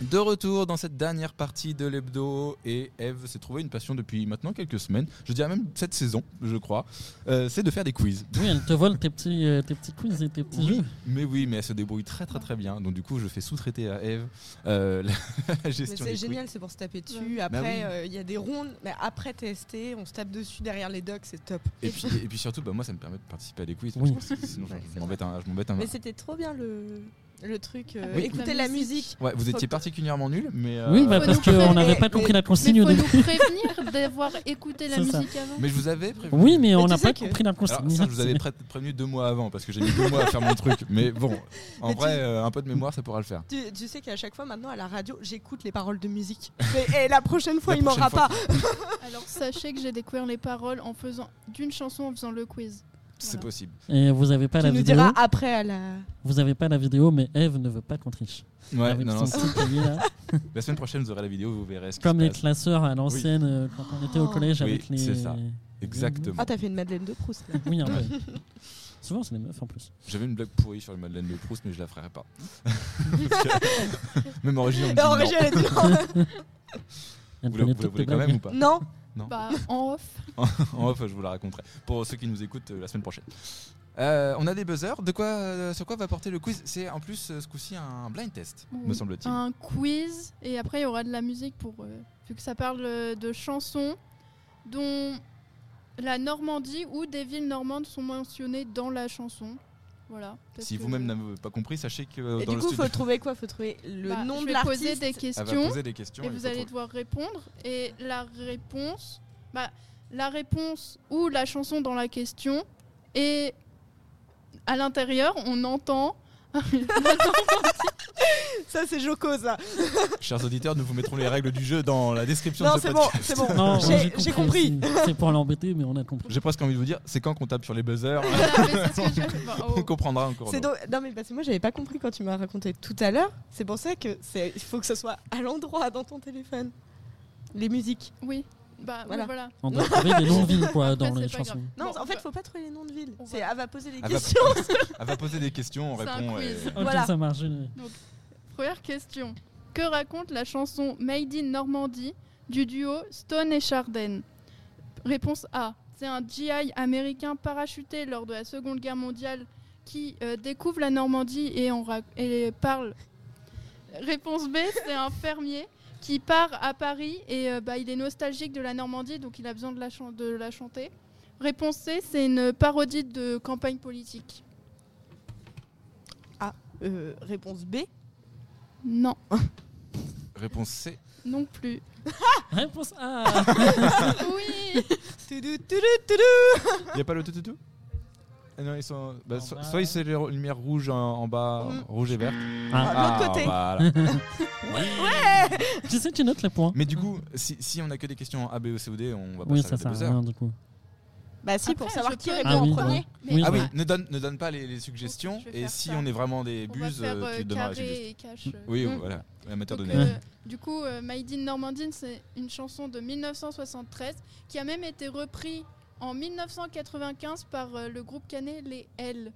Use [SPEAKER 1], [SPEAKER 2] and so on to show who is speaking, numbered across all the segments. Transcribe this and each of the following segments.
[SPEAKER 1] De retour dans cette dernière partie de l'hebdo et Eve s'est trouvée une passion depuis maintenant quelques semaines, je dirais même cette saison, je crois, euh, c'est de faire des quiz.
[SPEAKER 2] Oui, elle te vole tes petits, euh, tes petits quiz et tes petits jeux.
[SPEAKER 1] Mais oui, mais elle se débrouille très très très bien. Donc du coup, je fais sous-traiter à Eve euh, la, la
[SPEAKER 3] Mais
[SPEAKER 1] gestion
[SPEAKER 3] c'est
[SPEAKER 1] des
[SPEAKER 3] génial, c'est pour se taper dessus.
[SPEAKER 1] Bah
[SPEAKER 3] Après,
[SPEAKER 1] oui.
[SPEAKER 3] euh, il y a des rondes. Mais après TST, on se tape dessus derrière les docs, c'est top.
[SPEAKER 1] quiz. Et puis, et puis surtout, bah, moi, ça me permet de participer à des quiz.
[SPEAKER 2] Oui.
[SPEAKER 1] parce que sinon, je-
[SPEAKER 3] Ouais,
[SPEAKER 1] je
[SPEAKER 3] c'est
[SPEAKER 1] m'embête un, je m'embête un-
[SPEAKER 3] Mais c'était trop bien le, le truc. euh,
[SPEAKER 1] Oui.
[SPEAKER 3] Écouter la musique.
[SPEAKER 1] Ouais, vous étiez particulièrement nul, mais. euh,
[SPEAKER 2] Oui, bah,
[SPEAKER 4] Faut
[SPEAKER 2] parce
[SPEAKER 4] nous prévenir.
[SPEAKER 2] qu'on n'avait pas
[SPEAKER 3] Mais-
[SPEAKER 2] compris la
[SPEAKER 4] Mais
[SPEAKER 2] consigne
[SPEAKER 4] faut
[SPEAKER 2] au
[SPEAKER 4] nous
[SPEAKER 2] début.
[SPEAKER 4] prévenir d'avoir écouté la
[SPEAKER 2] C'est ça.
[SPEAKER 4] musique avant.
[SPEAKER 1] Mais je vous avais prévenu.
[SPEAKER 2] Oui, mais on
[SPEAKER 3] tu
[SPEAKER 2] n'a
[SPEAKER 3] sais
[SPEAKER 2] pas
[SPEAKER 3] que-
[SPEAKER 2] compris la
[SPEAKER 1] Alors,
[SPEAKER 2] consigne.
[SPEAKER 1] ça, je vous avais pré- prévenu deux mois avant parce que j'ai mis deux mois à faire mon truc. Mais bon, en
[SPEAKER 3] Mais tu-
[SPEAKER 1] vrai, euh, un peu de mémoire, ça pourra le faire.
[SPEAKER 3] Tu, tu sais qu'à chaque fois maintenant à la radio, j'écoute les paroles de musique. Mais, et la prochaine fois,
[SPEAKER 1] La
[SPEAKER 3] il
[SPEAKER 1] prochaine
[SPEAKER 3] m'aura
[SPEAKER 1] fois,
[SPEAKER 3] pas.
[SPEAKER 4] Alors sachez que j'ai découvert les paroles en faisant d'une chanson en faisant le quiz.
[SPEAKER 1] C'est
[SPEAKER 4] Voilà.
[SPEAKER 1] possible.
[SPEAKER 2] Et vous n'avez pas
[SPEAKER 3] Tu
[SPEAKER 2] la
[SPEAKER 3] nous
[SPEAKER 2] vidéo.
[SPEAKER 3] diras après à la.
[SPEAKER 2] Vous n'avez pas la vidéo, mais Eve ne veut pas qu'on triche.
[SPEAKER 1] Ouais,
[SPEAKER 2] Avec
[SPEAKER 1] non, non,
[SPEAKER 2] son petit cahier, là.
[SPEAKER 1] La semaine prochaine, vous aurez la vidéo, vous verrez ce qui
[SPEAKER 2] Comme
[SPEAKER 1] se
[SPEAKER 2] les
[SPEAKER 1] passe.
[SPEAKER 2] classeurs à l'ancienne euh, quand on était au
[SPEAKER 3] Oh.
[SPEAKER 2] collège
[SPEAKER 1] Oui,
[SPEAKER 2] avec les.
[SPEAKER 1] c'est ça.
[SPEAKER 3] Ah,
[SPEAKER 1] Exactement.
[SPEAKER 3] t'as fait une Madeleine de Proust. là.
[SPEAKER 2] Oui, un peu. Souvent, c'est les meufs en plus.
[SPEAKER 1] J'avais une blague pourrie sur le Madeleine de Proust, mais je la ferai pas. Parce que- même en régie, on me dit
[SPEAKER 3] Alors,
[SPEAKER 1] non.
[SPEAKER 3] Régis, elle a dit non.
[SPEAKER 2] Elle
[SPEAKER 1] Vous la-
[SPEAKER 2] connaît
[SPEAKER 1] vous la
[SPEAKER 2] toutes tes
[SPEAKER 1] voulez quand même ou
[SPEAKER 2] blagues.
[SPEAKER 1] pas
[SPEAKER 3] non.
[SPEAKER 4] Bah en off.
[SPEAKER 1] En off, je vous la raconterai. Pour ceux qui nous écoutent euh, la semaine prochaine. Euh, on a des buzzers. De quoi, euh, sur quoi va porter le quiz C'est en plus euh, ce coup-ci un blind test, me
[SPEAKER 4] Oui.
[SPEAKER 1] semble-t-il.
[SPEAKER 4] un quiz et après il y aura de la musique pour euh, vu que ça parle euh, de chansons dont la Normandie ou des villes normandes sont mentionnées dans la chanson. Voilà. Parce
[SPEAKER 1] Si
[SPEAKER 4] que-
[SPEAKER 1] vous-même n'avez pas compris, sachez que euh,
[SPEAKER 3] euh. Et
[SPEAKER 1] dans
[SPEAKER 3] du
[SPEAKER 1] le
[SPEAKER 3] coup,
[SPEAKER 1] studio,
[SPEAKER 3] faut trouver quoi Faut trouver le
[SPEAKER 4] Bah,
[SPEAKER 3] nom
[SPEAKER 4] je
[SPEAKER 3] de
[SPEAKER 4] vais
[SPEAKER 3] l'artiste.
[SPEAKER 4] poser des
[SPEAKER 1] elle va
[SPEAKER 4] questions
[SPEAKER 1] poser des questions.
[SPEAKER 4] et
[SPEAKER 1] il
[SPEAKER 4] vous
[SPEAKER 1] faut
[SPEAKER 4] allez
[SPEAKER 1] trouver.
[SPEAKER 4] devoir répondre et la réponse bah, la réponse ou la chanson dans la question et à l'intérieur on entend
[SPEAKER 3] Ça, c'est Joko, ça.
[SPEAKER 1] Chers auditeurs, nous vous mettrons les règles du jeu dans la description
[SPEAKER 3] Non,
[SPEAKER 1] de ce
[SPEAKER 3] c'est bon,
[SPEAKER 1] podcast.
[SPEAKER 3] c'est bon.
[SPEAKER 2] Non,
[SPEAKER 3] J'ai-
[SPEAKER 2] j'ai
[SPEAKER 3] j'ai
[SPEAKER 2] compris. aussi. C'est pour l'embêter, mais on a compris.
[SPEAKER 1] J'ai presque envie de vous dire, c'est quand qu'on tape sur les buzzers
[SPEAKER 4] Voilà, Ah, mais c'est ce que je- bah, oh.
[SPEAKER 1] On comprendra encore.
[SPEAKER 3] C'est donc- Non mais parce que moi j'avais pas compris quand tu m'as raconté tout à l'heure. C'est pour ça que c'est il faut que ce soit à l'endroit dans ton téléphone. Les musiques.
[SPEAKER 4] oui bah oui,
[SPEAKER 3] Voilà.
[SPEAKER 4] voilà
[SPEAKER 2] On doit trouver des longues villes quoi, dans
[SPEAKER 4] Après,
[SPEAKER 2] les
[SPEAKER 4] c'est pas
[SPEAKER 2] chansons.
[SPEAKER 3] Non,
[SPEAKER 4] Bon,
[SPEAKER 3] en
[SPEAKER 4] on
[SPEAKER 3] fait
[SPEAKER 4] va-
[SPEAKER 3] faut pas trouver les noms de villes.
[SPEAKER 4] on
[SPEAKER 3] C'est
[SPEAKER 4] va-
[SPEAKER 3] elle va poser des
[SPEAKER 1] Elle va-
[SPEAKER 3] questions.
[SPEAKER 1] Elle va poser des questions, on
[SPEAKER 4] C'est un
[SPEAKER 1] répond. euh,
[SPEAKER 4] quiz.
[SPEAKER 1] et-
[SPEAKER 2] Ok,
[SPEAKER 3] Voilà.
[SPEAKER 2] ça marche. génial.
[SPEAKER 4] Première question. Que raconte la chanson Made in Normandie du duo Stone et Charden Réponse A. C'est un GI américain parachuté lors de la Seconde Guerre mondiale qui euh, découvre la Normandie et, en rac- et parle. Réponse B. C'est un fermier qui part à Paris et euh, bah, il est nostalgique de la Normandie donc il a besoin de la, chan- de la chanter. Réponse C. C'est une parodie de campagne politique.
[SPEAKER 3] Euh, réponse B.
[SPEAKER 4] Non,
[SPEAKER 1] Réponse C.
[SPEAKER 4] non plus.
[SPEAKER 2] Réponse A.
[SPEAKER 4] oui
[SPEAKER 3] Toudou, toudou, toudou.
[SPEAKER 1] Il n'y a pas le tout non, ils sont. bah,
[SPEAKER 2] En
[SPEAKER 1] so-
[SPEAKER 2] bas.
[SPEAKER 1] soit ils c'est les r- lumières rouges en, en bas,
[SPEAKER 3] Mm.
[SPEAKER 1] rouge et vert.
[SPEAKER 2] Ah.
[SPEAKER 3] Ah, de l'autre côté.
[SPEAKER 1] voilà.
[SPEAKER 2] Tu sais, tu notes les points.
[SPEAKER 1] Mais oh, du coup, si, si on a que des questions en A, B, O, C ou D, on va
[SPEAKER 2] Oui,
[SPEAKER 1] passer à
[SPEAKER 2] ça
[SPEAKER 1] des
[SPEAKER 2] sert à
[SPEAKER 1] buzzers.
[SPEAKER 2] rien du coup.
[SPEAKER 3] Bah si
[SPEAKER 4] Après,
[SPEAKER 3] pour savoir
[SPEAKER 4] je
[SPEAKER 3] qui
[SPEAKER 4] peux-
[SPEAKER 3] répond
[SPEAKER 2] Ah
[SPEAKER 3] en
[SPEAKER 2] oui,
[SPEAKER 3] premier.
[SPEAKER 4] Mais
[SPEAKER 2] Oui,
[SPEAKER 1] Ah oui,
[SPEAKER 2] voilà.
[SPEAKER 1] ne donne, ne donne pas les, les suggestions.
[SPEAKER 4] Ok, je vais
[SPEAKER 1] et
[SPEAKER 4] faire
[SPEAKER 1] si
[SPEAKER 4] ça.
[SPEAKER 1] on est vraiment des
[SPEAKER 4] On va
[SPEAKER 1] buses,
[SPEAKER 4] faire
[SPEAKER 1] euh,
[SPEAKER 4] euh,
[SPEAKER 1] tu donneras les suggestions.
[SPEAKER 4] carré et cache. euh.
[SPEAKER 1] Oui,
[SPEAKER 3] Mm.
[SPEAKER 1] voilà, amateur
[SPEAKER 4] Donc,
[SPEAKER 1] de
[SPEAKER 4] euh,
[SPEAKER 1] neige.
[SPEAKER 4] du coup, euh, Made in Normandine, c'est une chanson de 1973 qui a même été reprise en 1995 par euh, le groupe canet les L.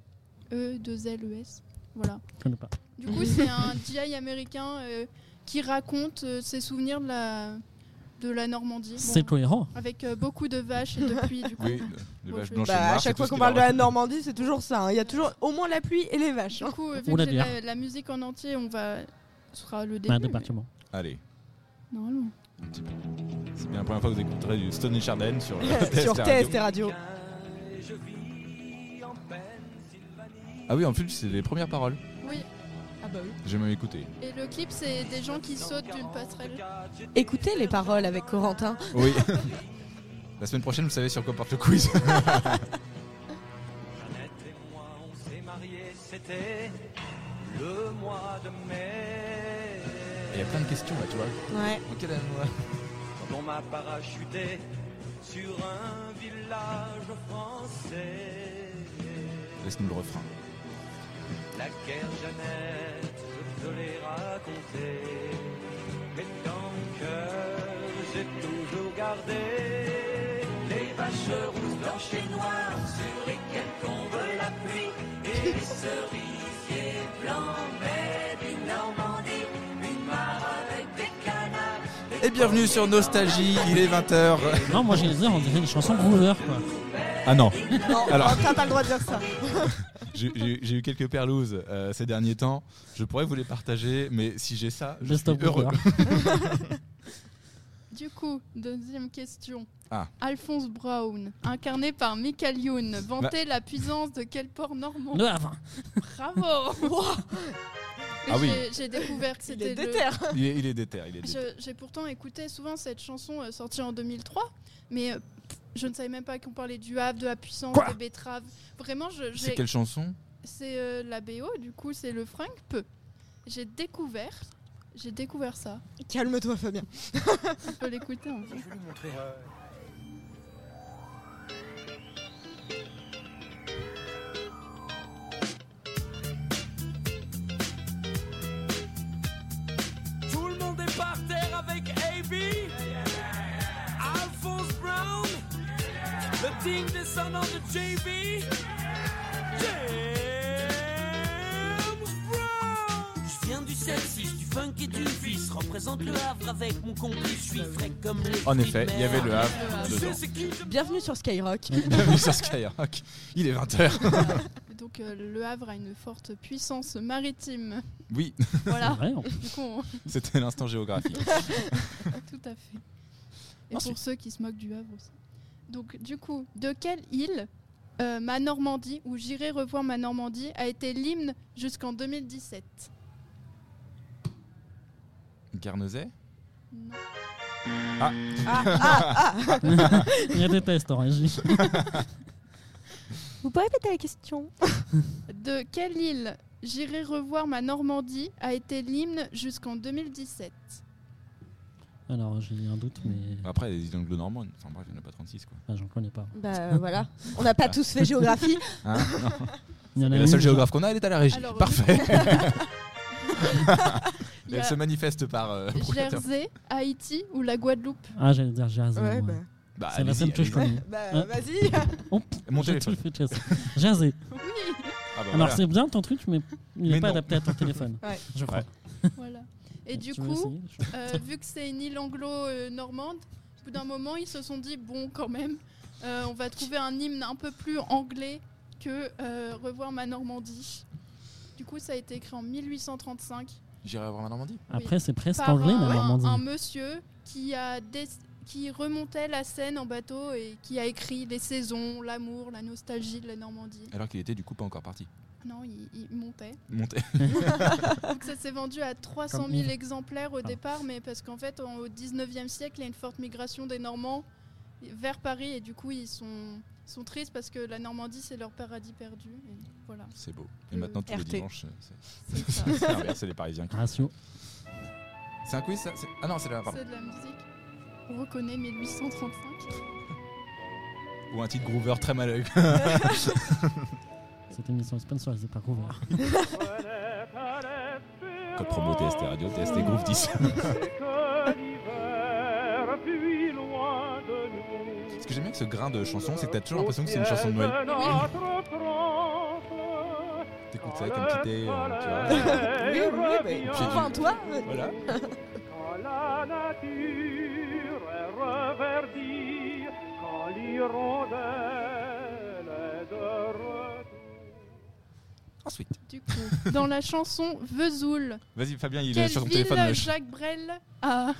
[SPEAKER 4] E, 2 L, E, S. Voilà.
[SPEAKER 2] Je connais pas.
[SPEAKER 4] Du coup, c'est un GI américain euh, qui raconte euh, ses souvenirs de la, de la Normandie. Bon,
[SPEAKER 2] C'est cohérent.
[SPEAKER 4] avec euh, beaucoup de vaches et de pluie, du coup.
[SPEAKER 1] Oui, les
[SPEAKER 4] Moi,
[SPEAKER 1] vaches
[SPEAKER 4] je-
[SPEAKER 1] blanches et
[SPEAKER 3] Bah, à
[SPEAKER 1] noires, c'est
[SPEAKER 3] chaque
[SPEAKER 1] tout
[SPEAKER 3] fois
[SPEAKER 1] ce
[SPEAKER 3] qu'on
[SPEAKER 1] qu'il
[SPEAKER 3] parle de
[SPEAKER 1] aura.
[SPEAKER 3] la Normandie, c'est toujours ça. hein. Il y a toujours au moins la pluie et les vaches.
[SPEAKER 4] Du
[SPEAKER 3] hein.
[SPEAKER 4] coup, euh,
[SPEAKER 2] Ou
[SPEAKER 4] vu
[SPEAKER 2] la
[SPEAKER 4] que j'ai la, la musique en entier, on va. Ce sera le début.
[SPEAKER 2] Un
[SPEAKER 4] mais
[SPEAKER 2] département.
[SPEAKER 1] Allez,
[SPEAKER 4] Normalement.
[SPEAKER 1] un petit peu. C'est bien la première fois que vous écouterez du Stone et Chardin sur,
[SPEAKER 3] Sur
[SPEAKER 1] TST
[SPEAKER 3] TST
[SPEAKER 1] Radio.
[SPEAKER 3] Radio.
[SPEAKER 1] Ah oui, en plus, c'est les premières paroles.
[SPEAKER 4] Oui.
[SPEAKER 3] Ah bah oui.
[SPEAKER 1] J'ai même écouté.
[SPEAKER 4] Et le clip, c'est des gens qui sautent d'une passerelle.
[SPEAKER 3] Écoutez les paroles avec Corentin.
[SPEAKER 1] Oui. La semaine prochaine, vous savez sur quoi porte le quiz.
[SPEAKER 5] Jeannette et moi, on s'est mariés, c'était le mois de mai.
[SPEAKER 1] Il y a plein de questions là, tu vois.
[SPEAKER 3] Ouais.
[SPEAKER 1] En quelle année, ouais.
[SPEAKER 5] Quand on m'a parachuté sur un village français.
[SPEAKER 1] Laisse-nous le refrain.
[SPEAKER 5] La guerre, Jeannette, je te l'ai raconté. Mais dans mon cœur, j'ai toujours gardé les vaches rousses blanches et noires sur lesquelles tombe la pluie et les cerisiers blancs, mais d'une Normandie, une marade
[SPEAKER 1] Et bienvenue sur Nostalgie, il est 20h.
[SPEAKER 2] Non, moi j'ai les airs, on dirait des chansons Groover, quoi.
[SPEAKER 1] Ah non,
[SPEAKER 3] Non,
[SPEAKER 1] Alors.
[SPEAKER 3] t'as pas le droit de dire ça.
[SPEAKER 1] j'ai- j'ai j'ai eu quelques perlouses euh, ces derniers temps. Je pourrais vous les partager, mais si j'ai ça, je
[SPEAKER 2] Best
[SPEAKER 1] suis
[SPEAKER 2] of
[SPEAKER 1] heureux.
[SPEAKER 2] Groover.
[SPEAKER 4] Du coup, deuxième question.
[SPEAKER 1] Ah.
[SPEAKER 4] Alphonse Brown, incarné par Michael Youn, vantait
[SPEAKER 1] Bah.
[SPEAKER 4] la puissance de quel port normand
[SPEAKER 2] Le Havre.
[SPEAKER 4] Bravo Et
[SPEAKER 1] Ah oui.
[SPEAKER 4] j'ai- J'ai découvert que
[SPEAKER 3] Il est
[SPEAKER 4] c'était le...
[SPEAKER 3] déter.
[SPEAKER 1] Il est, il est déter, il est déter.
[SPEAKER 4] Je- J'ai pourtant écouté souvent cette chanson euh, sortie en 2003, mais euh, pff, je ne savais même pas qu'on parlait du Havre, de la puissance,
[SPEAKER 2] Quoi
[SPEAKER 4] des betteraves. Vraiment, je-
[SPEAKER 1] C'est
[SPEAKER 4] j'ai-
[SPEAKER 1] quelle chanson
[SPEAKER 4] c'est euh, la BO, du coup, c'est le Frank Peu. J'ai découvert, j'ai découvert ça.
[SPEAKER 3] Calme-toi, Fabien.
[SPEAKER 4] On peut l'écouter en vrai.
[SPEAKER 5] Tout le monde est par terre avec AB, Alphonse Brown, le digne descendant de JB, James Brown.
[SPEAKER 6] Je viens du 7-6, du funk et du vice. Représente le Havre avec mon complice. Je suis frais comme les
[SPEAKER 1] En effet, il y avait le Havre
[SPEAKER 6] Tu sais,
[SPEAKER 1] dedans.
[SPEAKER 6] c'est qui je-
[SPEAKER 3] Bienvenue sur Skyrock.
[SPEAKER 1] Bienvenue sur Skyrock, il est 20h.
[SPEAKER 4] Donc euh, le Havre a une forte puissance maritime.
[SPEAKER 1] Oui,
[SPEAKER 3] Ah.
[SPEAKER 4] Voilà,
[SPEAKER 2] Ouais, on-
[SPEAKER 4] du coup, on-
[SPEAKER 1] c'était l'instant géographique.
[SPEAKER 4] tout à fait. Et
[SPEAKER 1] Ensuite.
[SPEAKER 4] pour ceux qui se moquent du Havre aussi. Donc du coup, de quelle île euh, ma Normandie, ou j'irai revoir ma Normandie, a été l'hymne jusqu'en 2017
[SPEAKER 1] Guernesey
[SPEAKER 4] Non.
[SPEAKER 2] il y a des tests en régie.
[SPEAKER 7] Vous pouvez répéter la question
[SPEAKER 4] De quelle île J'irai revoir ma Normandie a été l'hymne jusqu'en 2017.
[SPEAKER 2] Alors j'ai un doute, mais
[SPEAKER 1] Après, il y a des anglo normands, enfin bref, il n'y en a pas 36 quoi.
[SPEAKER 2] ah, j'en connais pas.
[SPEAKER 3] Bah euh, voilà, on n'a pas tous fait géographie.
[SPEAKER 1] Hein Non.
[SPEAKER 2] Il y en
[SPEAKER 1] Et
[SPEAKER 2] une,
[SPEAKER 1] la seule
[SPEAKER 2] déjà.
[SPEAKER 1] géographe qu'on a, elle est à la régie.
[SPEAKER 4] Alors,
[SPEAKER 1] Parfait.
[SPEAKER 4] Il y
[SPEAKER 1] elle
[SPEAKER 4] a
[SPEAKER 1] se manifeste par. euh, provocateur.
[SPEAKER 4] Jersey, Haïti ou la Guadeloupe
[SPEAKER 2] Ah, j'allais dire Jersey.
[SPEAKER 3] Ouais,
[SPEAKER 2] moi.
[SPEAKER 3] bah,
[SPEAKER 1] Bah,
[SPEAKER 2] C'est la
[SPEAKER 1] allez-y,
[SPEAKER 2] seule que je
[SPEAKER 1] allez-y.
[SPEAKER 2] connais.
[SPEAKER 3] bah,
[SPEAKER 2] Hein
[SPEAKER 3] vas-y.
[SPEAKER 1] Mon
[SPEAKER 2] J'ai tout
[SPEAKER 1] téléphone.
[SPEAKER 2] fait Jersey. Jersey.
[SPEAKER 4] Oui
[SPEAKER 1] Ah bah
[SPEAKER 2] Alors
[SPEAKER 1] voilà.
[SPEAKER 2] c'est bien ton truc, mais il
[SPEAKER 1] Mais
[SPEAKER 2] n'est pas
[SPEAKER 1] non.
[SPEAKER 2] adapté à ton téléphone.
[SPEAKER 3] Ouais.
[SPEAKER 2] Je crois.
[SPEAKER 1] Ouais.
[SPEAKER 4] Voilà. Et du
[SPEAKER 2] Tu veux
[SPEAKER 4] coup,
[SPEAKER 2] essayer Je-
[SPEAKER 4] euh, vu que c'est une île anglo-normande, au bout d'un moment, ils se sont dit bon, quand même, euh, on va trouver un hymne un peu plus anglais que euh, Revoir ma Normandie. Du coup, ça a été écrit en 1835
[SPEAKER 1] J'irai voir la Normandie.
[SPEAKER 2] Après, c'est presque
[SPEAKER 4] par
[SPEAKER 2] anglais,
[SPEAKER 4] un,
[SPEAKER 2] la Normandie.
[SPEAKER 4] un monsieur qui a des- qui remontait la Seine en bateau et qui a écrit les saisons, l'amour, la nostalgie de la Normandie.
[SPEAKER 1] Alors qu'il était du coup pas encore parti.
[SPEAKER 4] Non, il, il montait.
[SPEAKER 1] Monté.
[SPEAKER 4] Donc ça s'est vendu à 300
[SPEAKER 2] Comme
[SPEAKER 4] 000
[SPEAKER 2] Yves.
[SPEAKER 4] exemplaires au départ, mais parce qu'en fait, en- au 19e siècle, il y a une forte migration des Normands vers Paris et du coup, ils sont, sont tristes parce que la Normandie, c'est leur paradis perdu. Et voilà.
[SPEAKER 1] C'est beau.
[SPEAKER 4] Mm,
[SPEAKER 1] Et maintenant, tous les
[SPEAKER 3] RT.
[SPEAKER 1] dimanches, euh, c'est-
[SPEAKER 4] C'est ça.
[SPEAKER 1] c'est l'inverse, c'est les Parisiens. qui-
[SPEAKER 2] Ratio.
[SPEAKER 1] C'est un quiz ça C'est- Ah non, c'est la. pardon.
[SPEAKER 4] C'est de la musique. On reconnaît 1835.
[SPEAKER 1] Ou un titre Groover très mal.
[SPEAKER 2] Cette émission est sponsorisée par Groover.
[SPEAKER 1] Code promo TST Radio, TST Groove 10. Ce que j'aime bien avec ce grain de chanson, c'est que t'as toujours l'impression que c'est une chanson de Noël. T'écoutes ça comme si t'es. euh, tu vois.
[SPEAKER 3] Oui, oui, oui, bah,
[SPEAKER 1] J'ai
[SPEAKER 3] enfin,
[SPEAKER 1] dit-
[SPEAKER 3] toi.
[SPEAKER 1] Voilà.
[SPEAKER 5] Quand la nature est reverdie, quand l'hirondelle est de retour.
[SPEAKER 1] Ensuite.
[SPEAKER 4] Du coup, dans la chanson Vesoul,
[SPEAKER 1] Vas-y, Fabien, il est
[SPEAKER 4] quelle
[SPEAKER 1] sur son
[SPEAKER 4] ville
[SPEAKER 1] téléphone. le ch-
[SPEAKER 4] Jacques Brel a...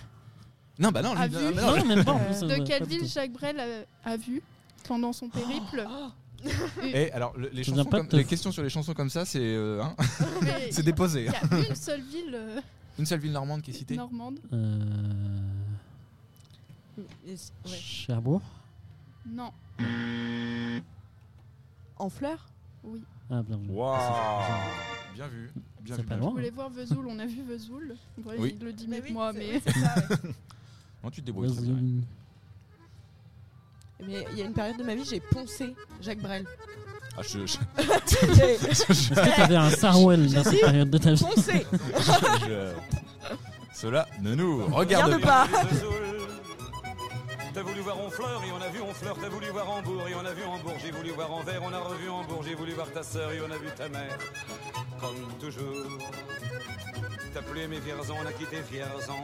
[SPEAKER 1] Non, bah non, je
[SPEAKER 4] a
[SPEAKER 1] lui-
[SPEAKER 4] vu-
[SPEAKER 1] ah, bah non,
[SPEAKER 2] Non, même pas en
[SPEAKER 3] Euh,
[SPEAKER 2] plus. euh,
[SPEAKER 4] de quelle
[SPEAKER 2] Ah, pas du
[SPEAKER 4] ville
[SPEAKER 2] tout.
[SPEAKER 4] Jacques Brel a, a vu pendant son périple
[SPEAKER 1] Oh. Et alors, le- les,
[SPEAKER 2] Je viens
[SPEAKER 1] chansons
[SPEAKER 2] pas
[SPEAKER 1] comme-
[SPEAKER 2] de te-
[SPEAKER 1] les questions sur les chansons comme ça, c'est euh, hein,
[SPEAKER 4] Mais
[SPEAKER 1] c'est déposé. hein.
[SPEAKER 4] Il y a une seule ville euh,
[SPEAKER 1] Une seule ville normande qui est citée.
[SPEAKER 4] normande.
[SPEAKER 2] Euh,
[SPEAKER 3] Ouais.
[SPEAKER 2] Cherbourg.
[SPEAKER 4] Non.
[SPEAKER 3] En fleurs
[SPEAKER 4] Oui.
[SPEAKER 2] Ah, bien joué.
[SPEAKER 1] Waouh Bien vu. Bien
[SPEAKER 2] C'est
[SPEAKER 1] vu.
[SPEAKER 2] pas
[SPEAKER 1] bien
[SPEAKER 2] loin.
[SPEAKER 4] Vous voulez voir Vesoul On a vu Vesoul. Bon,
[SPEAKER 1] Oui.
[SPEAKER 4] Il le dit mieux que moi, mais
[SPEAKER 1] vu. Non, tu te débrouilles. très bien.
[SPEAKER 2] Vesoul.
[SPEAKER 3] Mais il y a une période de ma vie, j'ai poncé Jacques Brel.
[SPEAKER 1] Ah, je, je-
[SPEAKER 3] J'ai
[SPEAKER 1] je-
[SPEAKER 2] Est-ce que t'avais un Sarwell
[SPEAKER 3] J'ai
[SPEAKER 2] dans cette
[SPEAKER 3] dit-
[SPEAKER 2] période de ta vie
[SPEAKER 3] poncé.
[SPEAKER 1] je- Cela ne nous regarde
[SPEAKER 3] Regarde
[SPEAKER 1] pas.
[SPEAKER 3] pas.
[SPEAKER 6] T'as voulu voir Honfleur et on a vu Honfleur. T'as voulu voir Hambourg et on a vu Hambourg. J'ai voulu voir Anvers, on a revu Hambourg. J'ai voulu voir ta sœur et on a vu ta mère. Comme toujours. T'as plus aimé Vierzon, on a quitté Vierzon.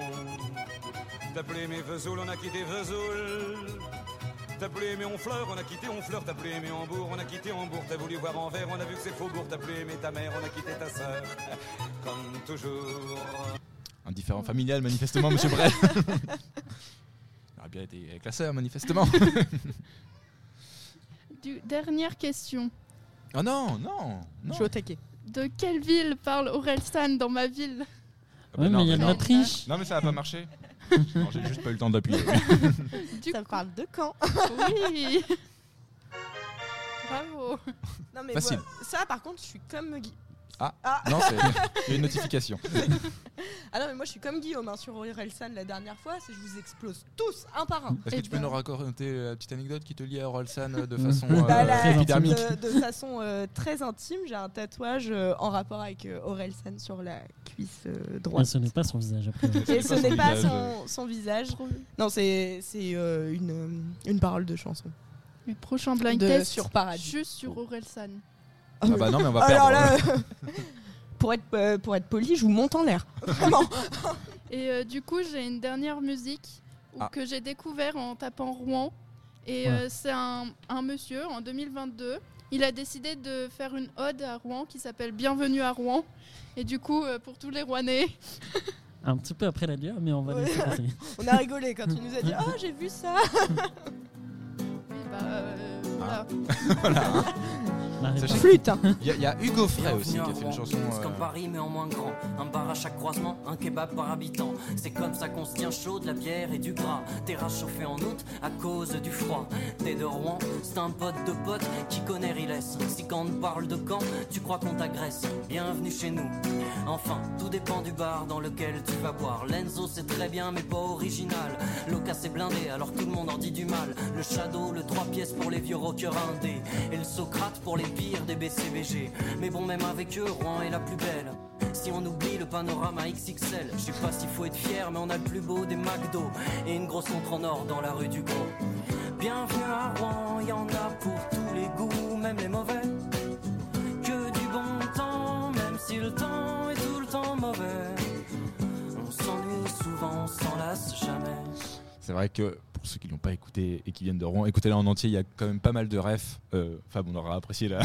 [SPEAKER 6] T'as plus aimé Vesoul, on a quitté Vesoul. T'as plus aimé Honfleur, on a quitté Honfleur. T'as plus aimé Hambourg, on a quitté Hambourg. T'as voulu voir Anvers, on a vu que c'est faubourg. T'as plus aimé ta mère, on a quitté ta sœur. Comme toujours.
[SPEAKER 1] Un différent familial, manifestement, monsieur Brel. Il aurait bien été avec la sœur, manifestement.
[SPEAKER 4] Du- dernière question.
[SPEAKER 1] oh non, non,
[SPEAKER 3] Je
[SPEAKER 1] non.
[SPEAKER 3] suis au taquet.
[SPEAKER 4] De quelle ville parle Orelsan dans ma ville
[SPEAKER 1] Ah bah
[SPEAKER 2] Ouais,
[SPEAKER 1] non,
[SPEAKER 2] mais il y a de
[SPEAKER 1] non.
[SPEAKER 2] l'Autriche.
[SPEAKER 1] Non, mais ça n'a pas marché. Non, J'ai juste pas eu le temps d'appuyer.
[SPEAKER 4] Du
[SPEAKER 3] Ça me
[SPEAKER 4] coup,
[SPEAKER 3] parle de quand
[SPEAKER 4] oui. Bravo.
[SPEAKER 3] Non mais
[SPEAKER 1] Facile.
[SPEAKER 3] voilà. ça par contre je suis comme Guy.
[SPEAKER 1] Ah.
[SPEAKER 3] ah
[SPEAKER 1] non, c'est il y a une notification.
[SPEAKER 3] Ah non mais moi je suis comme Guillaume hein, sur Orelsan la dernière fois, c'est je vous explose tous un par un.
[SPEAKER 1] Est-ce que
[SPEAKER 4] Eh
[SPEAKER 1] tu peux
[SPEAKER 4] ben.
[SPEAKER 1] nous raconter la petite anecdote qui te lie à Orelsan euh, de
[SPEAKER 2] Mm.
[SPEAKER 1] façon
[SPEAKER 2] Bah,
[SPEAKER 1] euh,
[SPEAKER 3] la-
[SPEAKER 1] épidermique
[SPEAKER 3] De, de façon euh, très intime, j'ai un tatouage euh, en rapport avec euh, Orelsan sur la cuisse euh,
[SPEAKER 2] Ouais,
[SPEAKER 3] droite.
[SPEAKER 2] Ah, ce n'est pas son visage après.
[SPEAKER 1] ce
[SPEAKER 3] Et
[SPEAKER 1] n'est
[SPEAKER 3] ce
[SPEAKER 1] pas son
[SPEAKER 3] n'est pas
[SPEAKER 1] visage,
[SPEAKER 3] son, son visage. Non, c'est c'est, euh, une, euh, une parole de chanson.
[SPEAKER 4] Le prochain blind
[SPEAKER 3] De-
[SPEAKER 4] test
[SPEAKER 3] sur Paradis.
[SPEAKER 4] Juste sur Orelsan.
[SPEAKER 1] Ah bah non, mais on va
[SPEAKER 3] Alors
[SPEAKER 1] perdre. hein.
[SPEAKER 3] là, euh, pour, être, euh, pour être poli, je vous monte en l'air. Vraiment.
[SPEAKER 4] Et euh, du coup, j'ai une dernière musique ou-
[SPEAKER 1] Ah.
[SPEAKER 4] que j'ai découvert en tapant Rouen. Et
[SPEAKER 2] Ouais.
[SPEAKER 4] euh, c'est un, un monsieur en 2022. Il a décidé de faire une ode à Rouen qui s'appelle Bienvenue à Rouen. Et du coup, euh, pour tous les Rouennais,
[SPEAKER 2] Un petit peu après la lueur, mais on va
[SPEAKER 3] Ouais.
[SPEAKER 2] laisser passer.
[SPEAKER 3] On a rigolé quand tu nous as dit Oh, j'ai vu ça.
[SPEAKER 4] oui, bah,
[SPEAKER 1] Ah,
[SPEAKER 4] euh, voilà.
[SPEAKER 2] La
[SPEAKER 1] Sachez-
[SPEAKER 2] réponse.
[SPEAKER 3] Flûte. hein.
[SPEAKER 1] Il y, a- il y a Hugo Frey aussi qui
[SPEAKER 7] Bienvenue
[SPEAKER 1] a
[SPEAKER 7] à
[SPEAKER 1] fait une
[SPEAKER 7] Rouen.
[SPEAKER 1] chanson.
[SPEAKER 7] C'est comme
[SPEAKER 1] euh,
[SPEAKER 7] Paris, mais en moins grand. Un bar à chaque croisement, un kebab par habitant. C'est comme ça qu'on se tient chaud de la bière et du gras. Terrasse chauffée en août à cause du froid. T'es de Rouen, c'est un pote de pote qui connaît Riles. Si quand on parle de Caen, tu crois qu'on t'agresse. Bienvenue chez nous. Enfin, tout dépend du bar dans lequel tu vas boire. Lenzo, c'est très bien, mais pas original. Loca, c'est blindé, alors tout le monde en dit du mal. Le Shadow, le 3 pièces pour les vieux rockers indés. Et le Socrate pour les pires des BCBG. Mais bon, même avec eux, Rouen est la plus belle. Si on oublie le panorama XXL, je sais pas s'il faut être fier, mais on a le plus beau des McDo. Et une grosse montre en or dans la rue du Gros. Bienvenue à Rouen, y en a pour tous les goûts, même les mauvais que du bon temps, même si le temps est tout le temps mauvais. On s'ennuie souvent, on s'en lasse jamais.
[SPEAKER 1] C'est vrai que pour ceux qui l'ont pas écouté et qui viennent de Rouen, écoutez-la en entier, il y a quand même pas mal de refs. Euh, Fab, on aura apprécié la,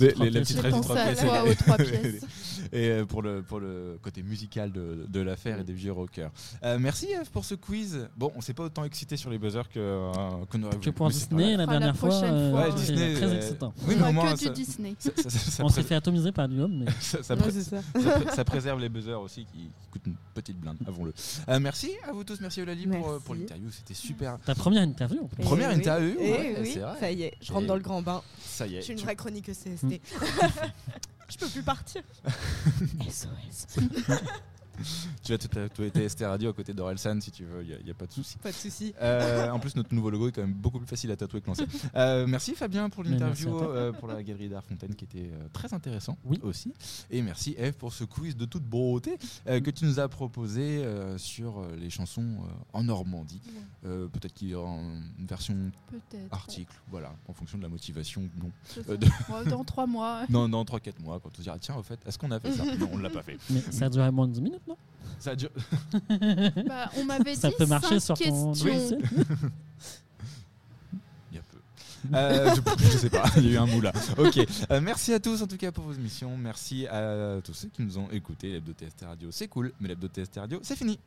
[SPEAKER 1] les, les, la petite
[SPEAKER 4] J'ai
[SPEAKER 1] ref des
[SPEAKER 4] pensé
[SPEAKER 1] trois
[SPEAKER 4] à
[SPEAKER 1] pièces.
[SPEAKER 4] toi aux trois pièces.
[SPEAKER 1] Et euh, pour le, pour le côté musical de, de l'affaire et des vieux rockers. Euh, merci Eve pour ce quiz. Bon, on s'est pas autant excité sur les buzzers que, euh, qu'on aurait
[SPEAKER 2] Que
[SPEAKER 1] voulu.
[SPEAKER 2] pour
[SPEAKER 1] Mais c'est pas
[SPEAKER 2] Disney, la
[SPEAKER 4] Enfin, la
[SPEAKER 2] dernière fois,
[SPEAKER 4] prochaine
[SPEAKER 2] euh,
[SPEAKER 4] fois,
[SPEAKER 1] grave.
[SPEAKER 4] Ouais,
[SPEAKER 2] c'était
[SPEAKER 1] Disney,
[SPEAKER 2] très
[SPEAKER 1] euh,
[SPEAKER 2] excitant.
[SPEAKER 1] Oui, mais
[SPEAKER 4] Pas
[SPEAKER 1] au moins,
[SPEAKER 4] que
[SPEAKER 1] ça,
[SPEAKER 4] du Disney.
[SPEAKER 1] ça- ça- ça- ça
[SPEAKER 2] On
[SPEAKER 1] pré-
[SPEAKER 2] s'est fait atomiser par Guillaume, mais
[SPEAKER 1] ça- ça
[SPEAKER 3] Ouais,
[SPEAKER 1] pré-
[SPEAKER 3] c'est ça.
[SPEAKER 1] ça, pré- ça préserve les buzzers aussi qui, qui coûtent une petite blinde, avons-le. Euh, merci à vous tous, merci Eulalie pour, euh, pour
[SPEAKER 3] Merci.
[SPEAKER 1] l'interview, c'était super.
[SPEAKER 2] ta première interview en plus.
[SPEAKER 1] Et- Première
[SPEAKER 3] Eh
[SPEAKER 1] interview,
[SPEAKER 3] Eh
[SPEAKER 1] ouais,
[SPEAKER 3] oui,
[SPEAKER 1] c'est vrai.
[SPEAKER 3] Ça y est, je rentre
[SPEAKER 1] Et-
[SPEAKER 3] dans le grand bain.
[SPEAKER 1] Ça y
[SPEAKER 3] Je
[SPEAKER 1] est.
[SPEAKER 3] suis une
[SPEAKER 1] tu- Hmm.
[SPEAKER 3] vraie chronique E CST. je peux plus partir. SOS.
[SPEAKER 1] Tu vas te tatouer TST Radio à côté d'Orelsan si tu veux, il n'y a, pas de souci.
[SPEAKER 3] Pas de soucis.
[SPEAKER 1] Euh, en plus, notre nouveau logo est quand même beaucoup plus facile à tatouer que l'ancien. Euh, merci Fabien pour
[SPEAKER 2] Mais merci
[SPEAKER 1] l'interview,
[SPEAKER 2] à toi.
[SPEAKER 1] euh, pour la galerie d'art Fontaine qui était euh, très intéressant
[SPEAKER 2] Oui.
[SPEAKER 1] aussi. Et merci Eve pour ce quiz de toute beauté euh, que tu nous as proposé euh, sur euh, les chansons euh, en Normandie. Euh, Peut-être qu'il y aura un- une version
[SPEAKER 4] Peut-être.
[SPEAKER 1] article, voilà, en fonction de la motivation ou non.
[SPEAKER 4] Je sais
[SPEAKER 1] Euh, de-
[SPEAKER 4] pas. Dans trois mois.
[SPEAKER 1] Non, non, 3-4 mois, quand on se dira, tiens, au fait, est-ce qu'on a fait ça Non, on l'a pas fait.
[SPEAKER 2] Mais ça a duré moins de 10 minutes, non
[SPEAKER 1] Ça dure.
[SPEAKER 4] Bah, on m'avait dit
[SPEAKER 2] Ça peut marcher
[SPEAKER 4] cinq
[SPEAKER 2] sur ton
[SPEAKER 4] questions.
[SPEAKER 2] logiciel.
[SPEAKER 1] Il y a peu. Euh, je, je sais pas, il y a eu un mou là. Ok. Euh, merci à tous en tout cas pour vos émissions. Merci à tous ceux qui nous ont écoutés. L'hebdo TST Radio, c'est cool, mais l'hebdo TST Radio, c'est fini.